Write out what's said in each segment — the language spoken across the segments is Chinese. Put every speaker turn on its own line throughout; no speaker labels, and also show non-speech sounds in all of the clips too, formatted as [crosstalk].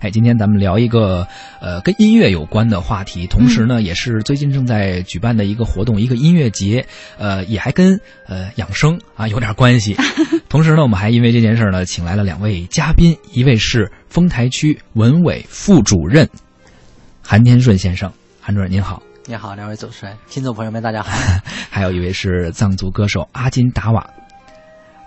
哎，今天咱们聊一个呃跟音乐有关的话题，同时呢，也是最近正在举办的一个活动，一个音乐节，呃，也还跟呃养生啊有点关系。同时呢，我们还因为这件事儿呢，请来了两位嘉宾，一位是丰台区文委副主任韩天顺先生，韩主任您好。
你好，两位主持人，听众朋友们，大家好。
还有一位是藏族歌手阿金达瓦。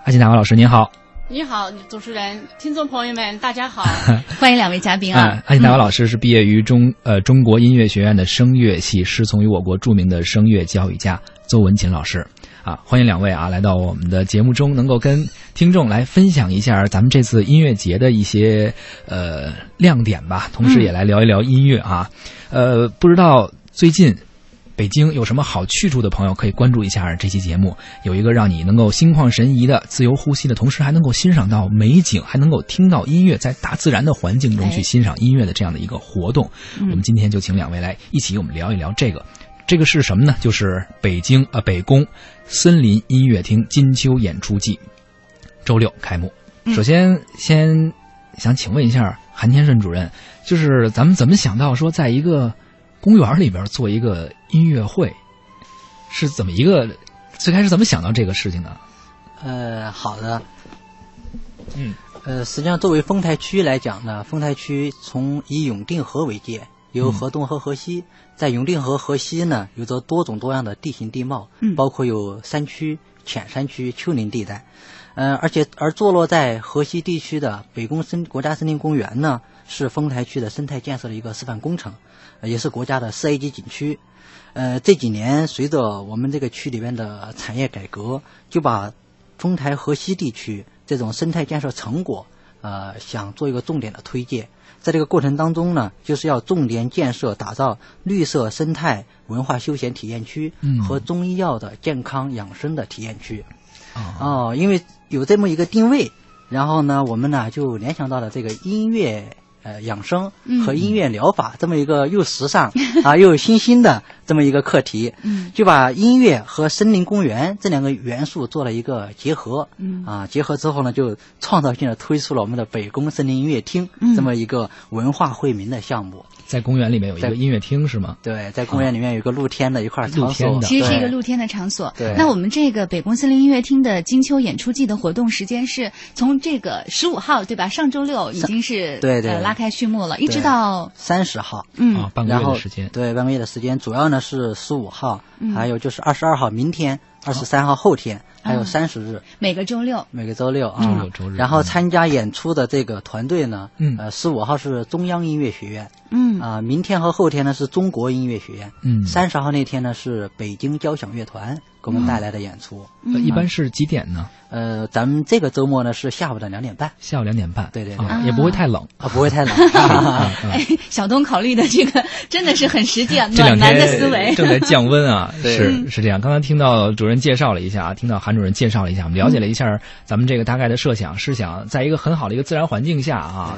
阿金达瓦老师您好，
你好，主持人，听众朋友们，大家好。
[laughs]
嗯哎
欢迎两位嘉宾啊
啊！，阿金达瓦老师是毕业于中呃中国音乐学院的声乐系，师从于我国著名的声乐教育家邹文琴老师。啊，欢迎两位啊，来到我们的节目中，能够跟听众来分享一下咱们这次音乐节的一些呃亮点吧，同时
嗯
也来聊一聊音乐啊。呃，不知道最近北京有什么好去处的朋友，可以关注一下这期节目，有一个让你能够心旷神怡的自由呼吸的同时，还能够欣赏到美景，还能够听到音乐，在大自然的环境中去
哎
欣赏音乐的这样的一个活动。
嗯
嗯
我们今天就请两位来一起我们聊一聊这个。这个是什么呢？就是北京啊、呃北宫森林音乐厅金秋演出季，周六开幕。
嗯
首先，先想请问一下韩天顺主任，就是咱们怎么想到说在一个公园里边做一个音乐会，是怎么一个最开始怎么想到这个事情的？
呃，好的，
嗯，
呃，实际上作为丰台区来讲呢，丰台区从以永定河为界，由河东和河西，在永定河河西呢，有着多种多样的地形地貌，
嗯
包括有山区、浅山区、丘陵地带。呃，而且而坐落在河西地区的北宫森国家森林公园呢，是丰台区的生态建设的一个示范工程，呃也是国家的四 A 级景区。呃，这几年随着我们这个区里边的产业改革，就把丰台河西地区这种生态建设成果，呃，想做一个重点的推介。在这个过程当中呢，就是要重点建设、打造绿色生态文化休闲体验区
嗯
和中医药的健康养生的体验区。
啊，
哦，因为有这么一个定位，然后呢，我们呢就联想到了这个音乐呃养生
嗯
和音乐疗法、这么一个又时
[laughs]
尚啊又新兴的这么一个课题，
嗯
就把音乐和森林公园这两个元素做了一个结合，
嗯
啊，结合之后呢，就创造性的推出了我们的北宫森林音乐厅、
嗯
这么一个文化惠民的项目。
在公园里面有一个
在
音乐厅是吗？
对，在公园里面有一个露天的一块场所，
露天的
其实是一
对
个露天的场所。
对
那我们这个北宫森林音乐厅的金秋演出季的活动时间是从这个十五号对吧？上周六已经是
对对
呃、拉开序幕了，一直
对
到
三十号。
嗯
啊，半个
然
月
后
的时间，
对，半个月的时间，主要呢是十五号，
嗯
还有就是二十二号，明天，二十三号，后天，还有
啊
三十日，
每个周六
每个周六啊。
嗯周六周日
然后参加演出的这个团队呢，
嗯
呃，十五号是中央音乐学院
嗯
啊、明天和后天呢是中国音乐学院，
嗯，
三十号那天呢是北京交响乐团给我们带来的演出。
呃一般是几点呢？
呃，咱们这个周末呢是下午的两点半
下午两点半，
对对对
啊，也不会太冷。
啊，不会太
[laughs]
冷。
哎， [laughs] 小东考虑的这个真的是很实际啊，
这两
暖男
天
的思
[laughs]
维。
正在降温啊，
[laughs] 对
是是这样。刚刚听到主任介绍了一下，啊听到韩主任介绍了一下，我们了解了一下
嗯
咱们这个大概的设想，是想在一个很好的一个自然环境下啊，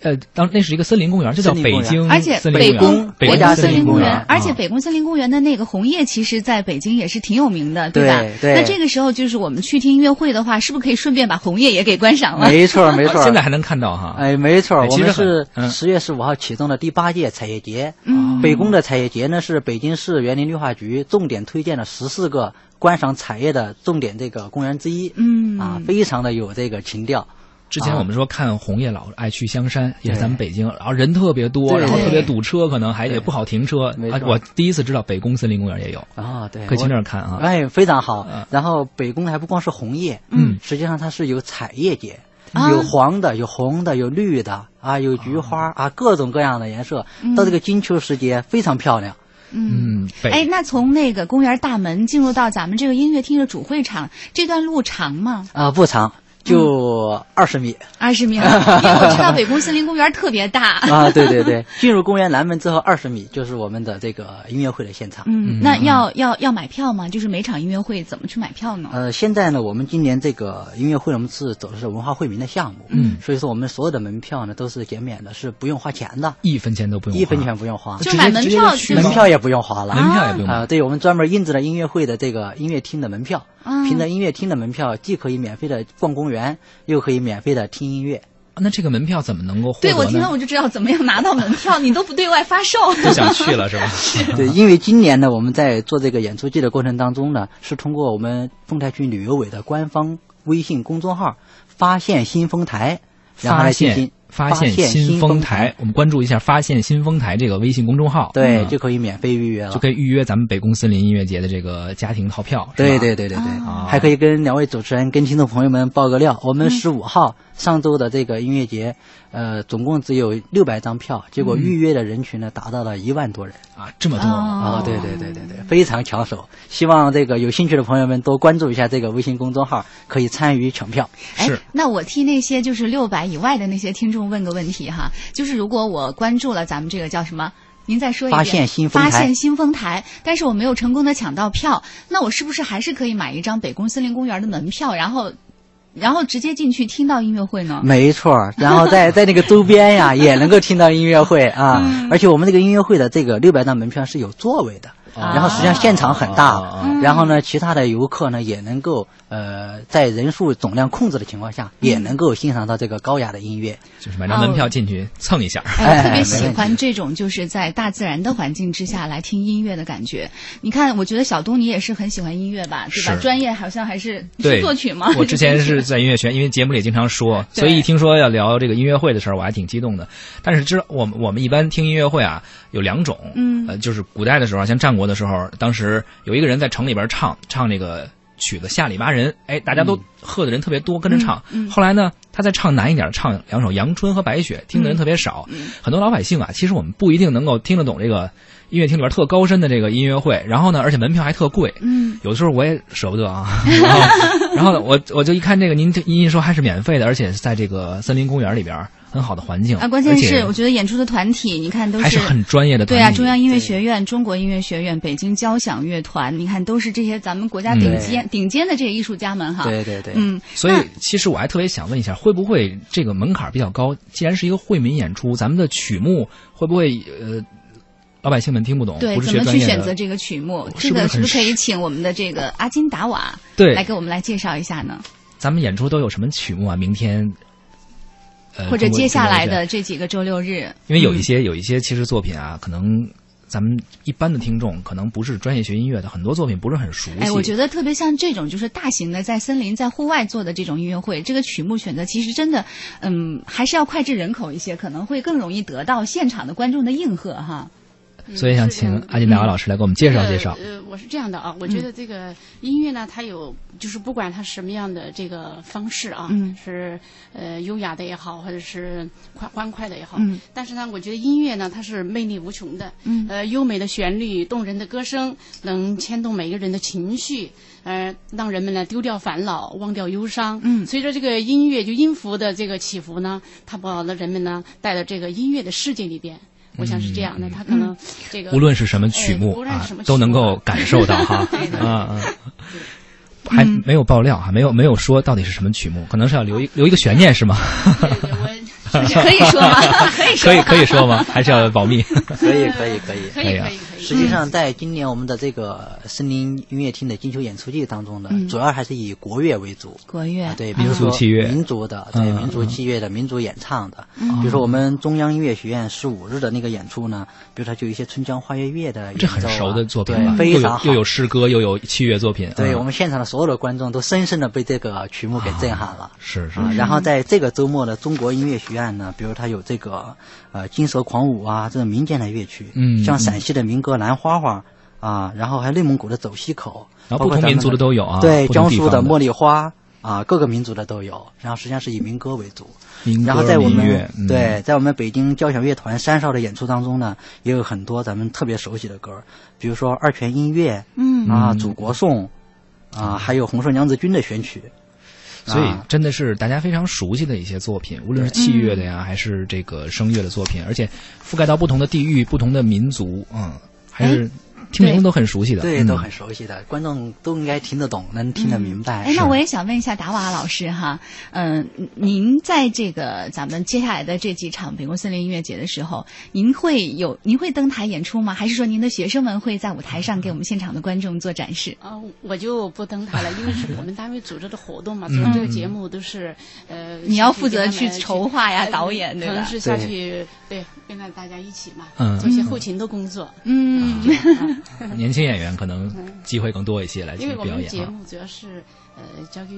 呃，当那是一个森林公园，这叫
森林
北
公园
京，
而且
森林
北
公园
宫
北
国
宫
家
宫
森
森
森林
林
公
公
园
园，而且
啊
北宫森林公园的那个红叶，其实在北京也是挺有名的，
对
吧？
对
那这个时候就是我们去听音乐会的话，是不是可以顺便把红叶也给观赏了？
没错儿，没错儿。
现在还能看到哈，
哎，没错儿，
哎
我
其实
们
很
是
嗯啊
十月十五号启动的第八届彩叶节。
嗯
北宫的彩叶节呢是北京市园林绿化局重点推荐了十四个观赏彩叶的重点这个公园之一。
嗯
啊，非常的有这个情调。
之前
啊
我们说看红叶老爱去香山，也是
对
咱们北京，然后人特别多，
对
然后特别堵车，可能还也不好停车。
没
啊，
错
我第一次知道北宫森林公园也有，
啊，对，
可以去
我
那儿看啊。
哎，非常好
嗯。
然后北宫还不光是红叶，
嗯，
实际上它是有彩叶节，
啊
有黄的，有红的，有绿的啊，有菊花啊，各种各样的颜色。到这个金秋时节非常漂亮。
嗯。
嗯，北
哎，那从那个公园大门进入到咱们这个音乐厅的主会场，这段路长吗？
啊，不长，
嗯
就二十米、
二十米，因为我知道北宫森林公园特别 [laughs] 大。
[laughs] 啊。对对
[laughs]
对，进入公园南门之后二十米就是我们的这个音乐会的现场。
嗯，那要要要买票吗？就是每场音乐会怎么去买票呢？
呃，现在呢，我们今年这个音乐会，我们是走的是文化惠民的项目，
嗯
所以说我们所有的门票呢都是减免的，是不用花钱的，
一分钱都不用花，
一分钱不用花，
直
就
接
买门
直接
票
去
就
吧
门票也不用花了。
门票也不用
啊、
买。
对我们专门印制了音乐会的这个音乐厅的门票，
啊
嗯
凭着音乐厅的门票，既可以免费的逛公园，又可以免费的听音乐。
那这个门票怎么能够获得
对
呢？
我听了我就知道怎么样拿到门票，你都不对外发 [laughs] 售。
[laughs] 不想去了是吧？
对，因为今年呢，我们在做这个演出季的过程当中呢，是通过我们丰台区旅游委的官方微信公众号“发现新丰台”， [laughs] 然后
发
来进
现
行
[laughs] 发现
新
新
丰
丰台，，我们关注一下“发现新丰台”这个微信公众号，
对，
嗯
就可以免费预约了
就。可以预约咱们北宫森林音乐节的这个家庭套票，是吧
对对对对对，
啊
还可以跟两位主持人、跟听众朋友们爆个料，我们十五号上周的这个音乐节，呃，总共只有六百张票，结果预约的人群呢达到了一万多人
啊，这么多
哦
啊、对对对对对，非常抢手。希望这个有兴趣的朋友们多关注一下这个微信公众号，可以参与抢票。
哎
是，
那我替那些就是六百以外的那些听众问个问题哈，就是如果我关注了咱们这个叫什么？您再说一遍。
发现新丰
发
台
现新丰台，但是我没有成功的抢到票，那我是不是还是可以买一张北宫森林公园的门票，然后，然后直接进去听到音乐会
[laughs]
呢？
没错儿，然后 [laughs] 在在那个周边呀，也能够听到音乐会啊。 [laughs] 而且我们这个音乐会的这个六百张门票是有座位的，
啊
然后实际上现场很大，
啊
然后呢，其他的游客呢也能够呃在人数总量控制的情况下，也能够欣赏到这个高雅的音乐。
就是买张门票进去蹭一下。
哎，我特
哎
别
没
喜
问
欢这种就是在大自然的环境之下来听音乐的感觉。你看，我觉得小东你也是很喜欢音乐吧，对吧？
是
专业好像还是你
对
是作曲吗？
我之前
[laughs]
是在音乐学院，因为节目里也经常说，
对
所以一听说要聊这个音乐会的事儿，我还挺激动的。但是知道我们我们一般听音乐会啊，有两种，
嗯
呃，就是古代的时候啊，像战国的时候，当时有一个人在城里边唱唱这个曲子《下里巴人》，哎，大家都喝的人特别多，跟着唱。
嗯嗯
后来呢，他再唱难一点，唱两首《阳春》和《白雪》，听的
嗯
人特别少。很多老百姓啊，其实我们不一定能够听得懂这个音乐厅里边特高深的这个音乐会，然后呢，而且门票还特贵，
嗯，
有的时候我也舍不得啊。
[laughs]
然后，然后呢，我我就一看这个，您这您一说还是免费的，而且是在这个森林公园里边儿很好的环境
啊，关键
而
是
且
我觉得演出的团体，你看都
还是很专业的团
对
体。
啊，中央音乐学院、中国音乐学院、北京交响乐团，你看都是这些咱们国
嗯
家顶尖、顶尖的这些艺术家们哈。
对对对，
嗯，
所以，其实我还特别想问一下，会不会这个门槛比较高？既然是一个惠民演出，咱们的曲目会不会呃，老百姓们听不懂？
对
不，是
怎
学
么
专
去
业的
选择这个曲目？
是不
这
是
个
很
是不是可以
适
请我们的
[laughs]
这个阿金达瓦
对
来给我们来介绍一下呢？
咱们演出都有什么曲目啊？明天，呃，
或者
中国
接下来
中国
的这几个周六日，
因为有一
嗯
些有一些其实作品啊，可能咱们一般的听众可能不是专业学音乐的，很多作品不是很熟悉。
哎，我觉得特别像这种就是大型的在森林、在户外做的这种音乐会，这个曲目选择其实真的，嗯，还是要脍炙人口一些，可能会更容易得到现场的观众的应和哈。
所以想请阿金达瓦老师来给我们介绍介绍。
嗯呃，呃我是这样的啊，我觉得这
嗯
个音乐呢，它有就是不管它什么样的这个方式啊，
嗯
是呃优雅的也好，或者是欢欢快的也好，
嗯
但是呢，我觉得音乐呢，它是魅力无穷的，
嗯
呃，优美的旋律、动人的歌声，能牵动每个人的情绪，呃，让人们呢丢掉烦恼，忘掉忧伤。
嗯
随着这个音乐就音符的这个起伏呢，它把人们呢带到这个音乐的世界里边。我想是这样的，
嗯
他可能这个
无论是什么曲目
哎无论
啊
是什么曲目，
都能够感受到哈，啊嗯，还
嗯
没有爆料哈，没有没有说到底是什么曲目，可能是要留一留一个悬念
[laughs]
是吗？
[laughs] 对
[laughs]
我
是可以说吗？ [laughs] 可以说
可以
吗。
可以说吗？还是要保
[laughs]
密？
可以可以可以。
可
哎
以
以
啊
可以可以。
实际
嗯
上，在今年我们的这个森林音乐厅的金秋演出季当中呢，主要还是以国乐为主。
嗯国乐、
啊，对，
啊
比如
民族
说
器乐
民族的，对，
嗯
民族器乐的，民族演唱的，
嗯
比如说我们中央音乐学院十五日的那个演出呢，比如它就有一些春江花月夜的演
这
奏啊、
很熟的作品
对
吧？
非
又
常
有
好
又。有诗歌，又有器乐作品，
对
嗯
我们现场的所有的观众都深深的被这个曲目给震撼了。
是是
啊，然后在这个周末的中国音乐学院呢，比如它有这个呃金蛇狂舞啊，这种民间的乐曲，
嗯
像陕西的民歌《兰花花》啊，然后还有内蒙古的走西口，
然后
包括
不同
咱们
民族的都有啊
对，
不同
江
地
苏
方的
茉莉花啊，各个民族的都有，然后实际上是以民歌为主，
民
然后
歌
在我
民
们
乐嗯
对，在我们北京交响乐团三少的演出当中呢，也有很多咱们特别熟悉的歌儿，比如说二泉映月
嗯
啊，祖国颂啊，还有红色娘子军的选曲。
所以
啊
真的是大家非常熟悉的一些作品，无论是器乐的呀，还是嗯
哎
这个声乐的作品，而且覆盖到不同的地域、不同的民族，嗯，还是听名字都很熟悉的，
对，
嗯
都很熟悉的，观众都应该听得懂，能听得明白。
哎，
是
那我也想问一下达瓦老师哈，嗯、您在这个咱们接下来的这几场北宫森林音乐节的时候，您会有您会登台演出吗？还是说您的学生们会在舞台上给我们现场的观众做展示？
啊、我就不登台了，因为是我们单位组织的活动嘛，组织这个节目都是呃，
嗯你要负责
下去
去
跟他们
筹划呀
呃
导演对吧
可能是下去对跟着大家一起嘛，
嗯
做一些后勤的工作。
嗯，
年轻演员可能机会更多一些来去
嗯因为我
啊表
们
演
节
啊。
目主要是呃交给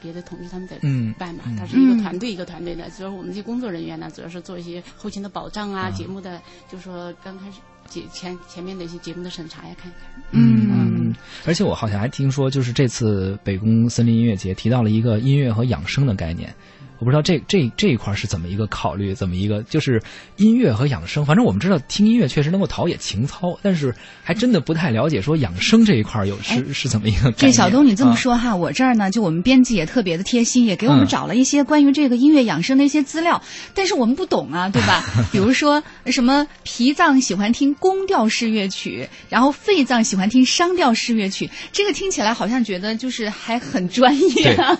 别的同事他们在
嗯
办嘛，
嗯
它是一个团队一个团队的。主要我们这工作人员呢，主要是做一些后勤的保障
嗯
啊，节目的就说刚开始节前前面的一些节目的审查呀，看一看。
嗯，而且我好像还听说，就是这次北宫森林音乐节提到了一个音乐和养生的概念。我不知道这这这一块是怎么一个考虑，怎么一个就是音乐和养生。反正我们知道听音乐确实能够陶冶情操，但是还真的不太了解说养生这一块有是是怎么一个概念。
哎这小东，你这么
啊，
说哈，我这儿呢，就我们编辑也特别的贴心，也给我
嗯
们找了一些关于这个音乐养生的一些资料，但是我们不懂啊，对
[laughs]
吧？比如说什么脾脏喜欢听宫调式乐曲，然后肺脏喜欢听商调式乐曲，这个听起来好像觉得就是还很专业、啊。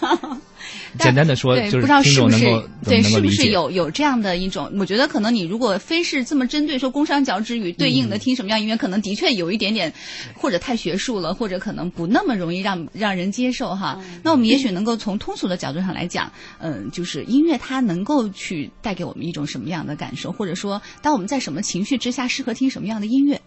但
简单的说
对，
就是
不知道
听
是
众
不
能
是
够怎么
对，
能够
是不
理
是
解。
有有这样的一种？我觉得可能你如果非是这么针对说工商脚趾与对应
嗯
的听什么样音乐，可能的确有一点点，或者太学术了，或者可能不那么容易让让人接受哈。那我们也许能够从通俗的角度上来讲，嗯，就是音乐它能够去带给我们一种什么样的感受，或者说当我们在什么情绪之下适合听什么样的音乐？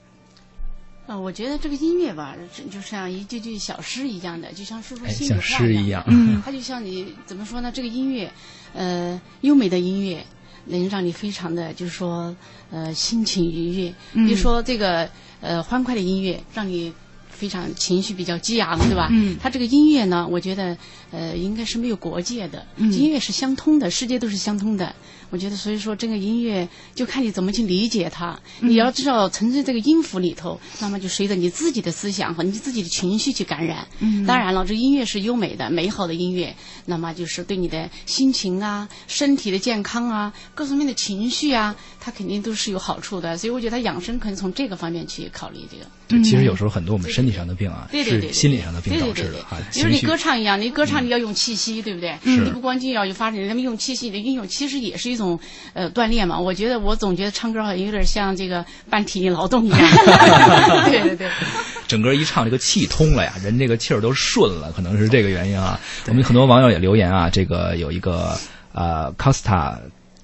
啊、我觉得这个音乐吧，这就像一句句小诗一样的，就像说说
哎，
心里
像
话
诗一样。
样的。
嗯
它就像你怎么说呢？这个音乐，呃，优美的音乐能让你非常的，就是说，呃，心情愉悦。
嗯
比如说这个呃欢快的音乐，让你非常情绪比较激昂，对吧？
嗯
它这个音乐呢，我觉得呃应该是没有国界的，
嗯
音乐是相通的，世界都是相通的。我觉得，所以说这个音乐就看你怎么去理解它。
嗯
你要知道沉醉这个音符里头，那么就随着你自己的思想和你自己的情绪去感染。嗯，当然了，这音乐是优美的、美好的音乐，那么就是对你的心情啊、身体的健康啊、各方面的情绪啊，它肯定都是有好处的。所以我觉得养生可能从这个方面去考虑这个。
对，
嗯
其实有时候很多我们身体上的病啊，
对对对对对
是心理上的病
对
导
对
致
对
的
对
啊，，
就是
情
你
绪
歌唱一样，你歌唱你要用气息，对不对？
是
你不光仅要有发展，人们用气息，你的运用其实也是一种呃锻炼嘛。我觉得我总觉得唱歌好像有点像这个办体力劳动
[laughs]
一样。对对对，
整个一唱，这个气通了呀，人这个气儿都顺了，可能是这个原因啊。我们很多网友也留言啊，这个有一个呃 Costa。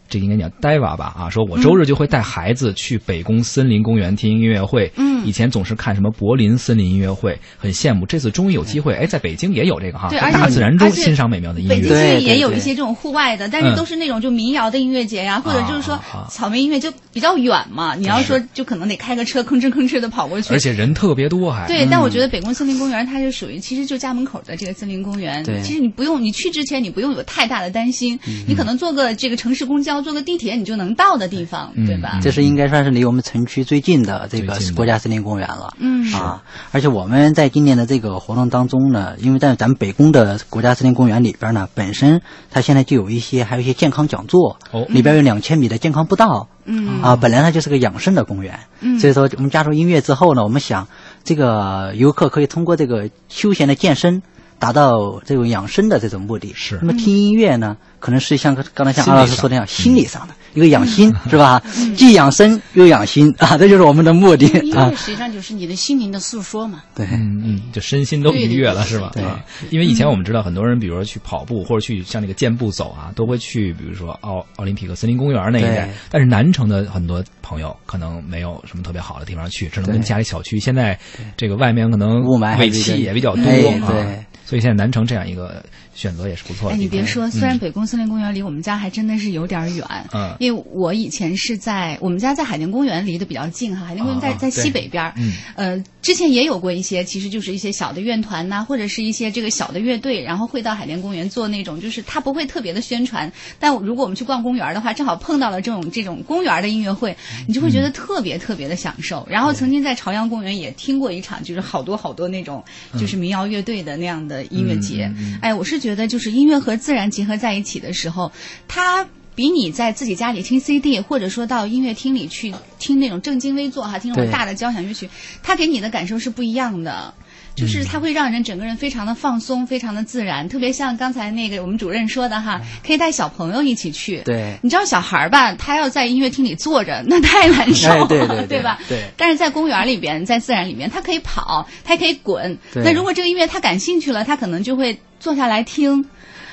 这应该叫 Diva 吧啊，说我周日就会带孩子去北宫森林公园听音乐会。嗯，以前总是看什么柏林森林音乐会，很羡慕。这次终于有机会，哎，在北京也有这个哈，
对
在
而且
大自然中
而且
欣赏美妙的音
北
乐。
京其实
对
也有
对
一些这种户外的，但是
嗯
都是那种就民谣的音乐节呀，或者就是说
啊啊啊
草莓音乐就比较远嘛。你要说就可能得开个车吭哧吭哧的跑过去
而。且嗯人特别多，还
对，但我觉得北宫森林公园它就属于，其实就家门口的这个森林公园。
对
其实你不用，你去之前你不用有太大的担心，
嗯
你可能坐个这个城市公交，坐个地铁你就能到的地方，
嗯
对吧？
这是应该算是离我们城区最近的这个
最近的
国家森林公园了。
嗯
啊，而且我们在今年的这个活动当中呢，因为在咱们北宫的国家森林公园里边呢，本身它现在就有一些，还有一些健康讲座，
哦
里边有两千米的健康步道，
嗯
啊，本来它就是个养生的公园，嗯，所以说我们加入音乐之后呢，我们想这个游客可以通过这个休闲的健身。达到这种养生的这种目的
是
那么听音乐呢，可能是像刚才像
心
阿
理
老师
上嗯
说的那样，心理上的一个养心，是吧？既养生又养心啊，这就是我们的目的
音
啊
乐。实际上就是你的心灵的诉说嘛。
对，
嗯嗯，就身心都愉悦了，是吧？
对
啊，因为以前我们知道，很多人比如说去跑步或者去像那个健步走啊，都会去，比如说奥奥林匹克森林公园那一带
对。
但是南城的很多朋友可能没有什么特别好的地方去，只能跟
对
家里小区。现在这个外面可能
雾霾还
尾
比较
气也比较多
哎
啊，
对
所以现在南城这样一个选择也是不错的
哎，
地方。
你别说，虽然北宫森林公园离我们家还真的是有点儿远，
嗯
因为我以前是在我们家在海淀公园离得比较近哈，海淀公园在、
啊啊
在西
对
北边儿，
嗯
呃，之前也有过一些，其实就是一些小的乐团呐、或者是一些这个小的乐队，然后会到海淀公园做那种，就是它不会特别的宣传，但如果我们去逛公园的话，正好碰到了这种这种公园的音乐会，
嗯
你就会觉得特别特别的享受。然后曾经在朝阳公园也听过一场，就是好多好多那种就是民谣乐队的
嗯
那
嗯
样的音乐节，哎，我是觉得就是音乐和自然结合在一起的时候，它比你在自己家里听 CD，或者说到音乐厅里去听那种正襟危坐哈，听那种
对
大的交响乐曲，它给你的感受是不一样的。就是它会让人整个人非常的放松，非常的自然，特别像刚才那个我们主任说的哈，可以带小朋友一起去。
嗯对
你知道小孩儿吧，他要在音乐厅里坐着，那太难受了，
哎对
[laughs]
对对
吧？
对
但是在公园里边，在自然里面，他可以跑，他也可以滚。
对
那如果这个音乐他感兴趣了，他可能就会坐下来听。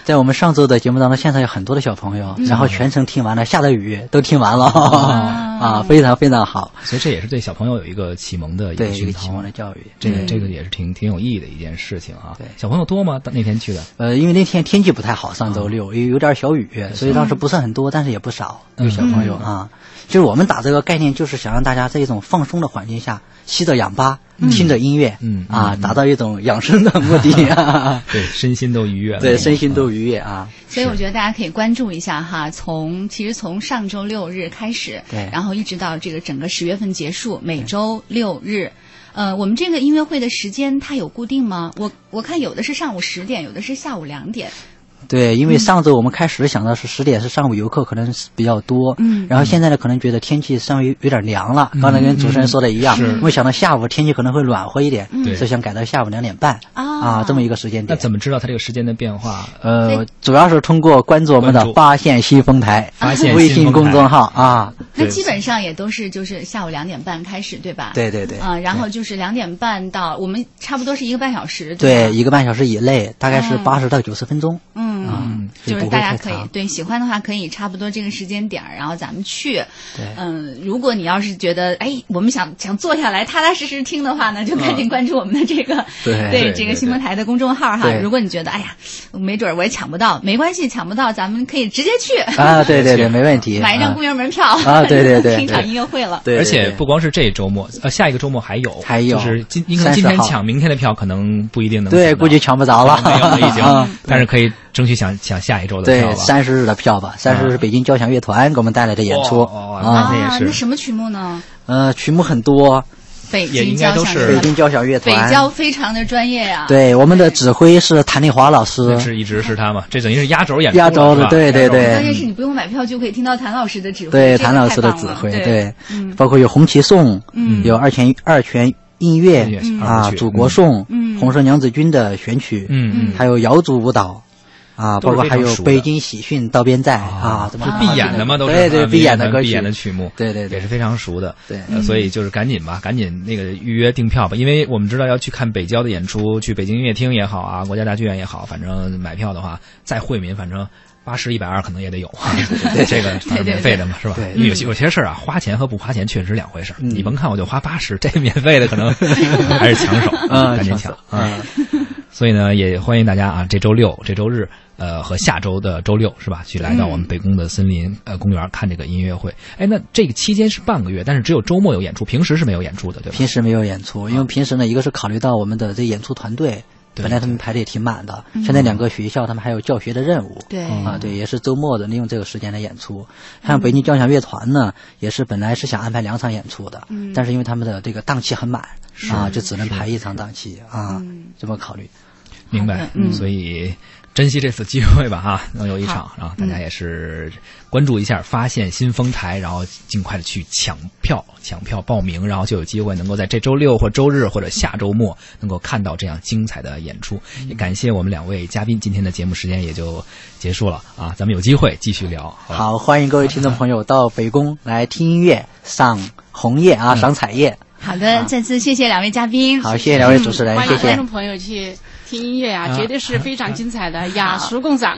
在我们上周的节目当中，现场有很多的小朋友，然后全程听完了，下着雨都听完了， [laughs] 啊，非常非常好，
所以这也是对小朋友有一个启蒙的一个
对一
熏
个
陶
启蒙的教育。
这个这个也是挺挺有意义的一件事情啊。
对
小朋友多吗？当那天去的，
呃，因为那天天气不太好，上
啊
周六有有点小雨，所以当时不是很多，但是也不少，有小朋
嗯
友啊。就是我们打这个概念，就是想让大家在一种放松的环境下，吸着氧吧，听着音乐，
嗯
啊，达到一种养生的目
[laughs]
的， [laughs] 啊
对，身心都愉悦了。嗯
对，身心都愉悦啊。
所以我觉得大家可以关注一下哈，从其实从上周六日开始，
对
然后一直到这个整个十月份结束，每周六日。呃，我们这个音乐会的时间它有固定吗？我我看有的是上午十点，有的是下午两点。
对，
嗯
因为上周我们开始想到是十点是上午游客可能是比较多，
嗯
然后现在呢可能觉得天气稍微有点凉
嗯
了，刚才跟主持人说的一样，
是
我们想到下午天气可能会暖和一点，
嗯对
所以想改到下午两点半
啊
这么一个时间
那
点。
怎么知道它这个时间的变化？
呃，主要是通过关注我们
关
的
注
发现西风台
发现
微
新
信
丰
公
台
众号啊，
那
对
基本上也都是就是下午两点半开始，对吧？
对对对，
啊、然后就是两点半到，我们差不多是一个半小时。吧
对，一个半小时以内，大概
啊
是
嗯
八十到九十分钟
嗯。
啊，
就
所以
是
不
大
会
家
太
可以
长。
对喜欢的话，可以差不多这个时间点儿，然后咱们去。
对
嗯，如果你要是觉得哎，我们想想坐下来踏踏实实听的话呢，就赶紧关注我们的这个
对
对
这个
对
新闻台的公众号哈
对。
如果你觉得哎呀，没准儿我也抢不到，没关系，抢不到咱们可以直接去
啊，对对对，没问题。
买一张
啊
公园门票
啊对
[laughs]
对对
听一场
对
音乐会了。
对，对
而且
对
不光是这周末，呃，下一个周末还有，
还有
就是今你可能今天
30号
抢，明天的票可能不一定能抢到。
对，估计抢不着了，
没有了已
啊
经，但是可以争取抢抢下一周的票
对，
了。
三十日的票吧，三十日是北京交响乐团给我们带来的演出
哦哦哦
啊，
那也是
那什么曲目呢？
呃，曲目很多，
北
也
京
应该
交
都
响
是
乐
北
团
京交响乐
北
团，
交非常的专业呀、，
对，我们的指挥是谭丽华老师，
是一直是他嘛，这等于是压轴演出了
压轴
是吧
对对
压轴
对
关键是你不用买票就可以听到谭老师的指挥，
对
哎这个
谭老师的
太棒
指
了
挥，
对，
对
嗯，
包括有红旗颂，
嗯
有二泉二泉映月
音乐嗯二
啊，
部曲
祖国颂，
嗯
红色娘子军的选曲，
嗯嗯，
还有瑶族舞蹈。啊，
都
包
是
括
非
还
常
有
熟的
北京喜讯到边寨啊，这么
是必演的嘛，都是
对对
啊
必演的
明
歌
天必
曲
演的曲目，
对对对
也是非常熟的。
对嗯
呃所以就是赶紧吧，赶紧那个预约订票吧，因为我们知道要去看北交的演出，去北京音乐厅也好啊，国家大剧院也好，反正买票的话，在惠民反正。八十一百二可能也得
[laughs]
有，这个反正免费的嘛，是吧？
对对
因为有些有些事儿啊，花钱和不花钱确实两回事儿。
嗯
你甭看我就花八十，这免费的可
[laughs]
能可能还是抢手，
嗯
赶紧抢
抢
啊！ [laughs] 所以呢，也欢迎大家啊，这周六、这周日，呃，和下周的周六是吧，去来到我们北宫的森林呃公园看这个音乐会。哎，那这个期间是半个月，但是只有周末有演出，平时是没有演出的，对吧？
平时没有演出，因为平时呢，一个是考虑到我们的这演出团队，
对
本来他们排的也挺满的，现在两个学校他们还有教学的任务，
对
啊，对，也是周末的利用这个时间来演出。像北京交响乐团呢，也是本来是想安排两场演出的，但是因为他们的这个档期很满啊，就只能排一场档期啊，这么考虑。
明白
好的。嗯
所以珍惜这次机会吧，哈，能有一场啊，然后大家也是关注一下，发现新丰台，然后尽快的去抢票、抢票报名，然后就有机会能够在这周六或周日或者下周末能够看到这样精彩的演出。
嗯
也感谢我们两位嘉宾，今天的节目时间也就结束了啊，咱们有机会继续聊。好吧
好，欢迎各位听众朋友到北宫来听音乐、赏红叶啊，赏彩叶。
好的，再次谢谢两位嘉宾，
好，谢谢两位主持人，
嗯
嗯
欢
谢
迎观
谢嗯
众。朋友去听音乐啊，绝对是非常精彩的，雅俗共赏。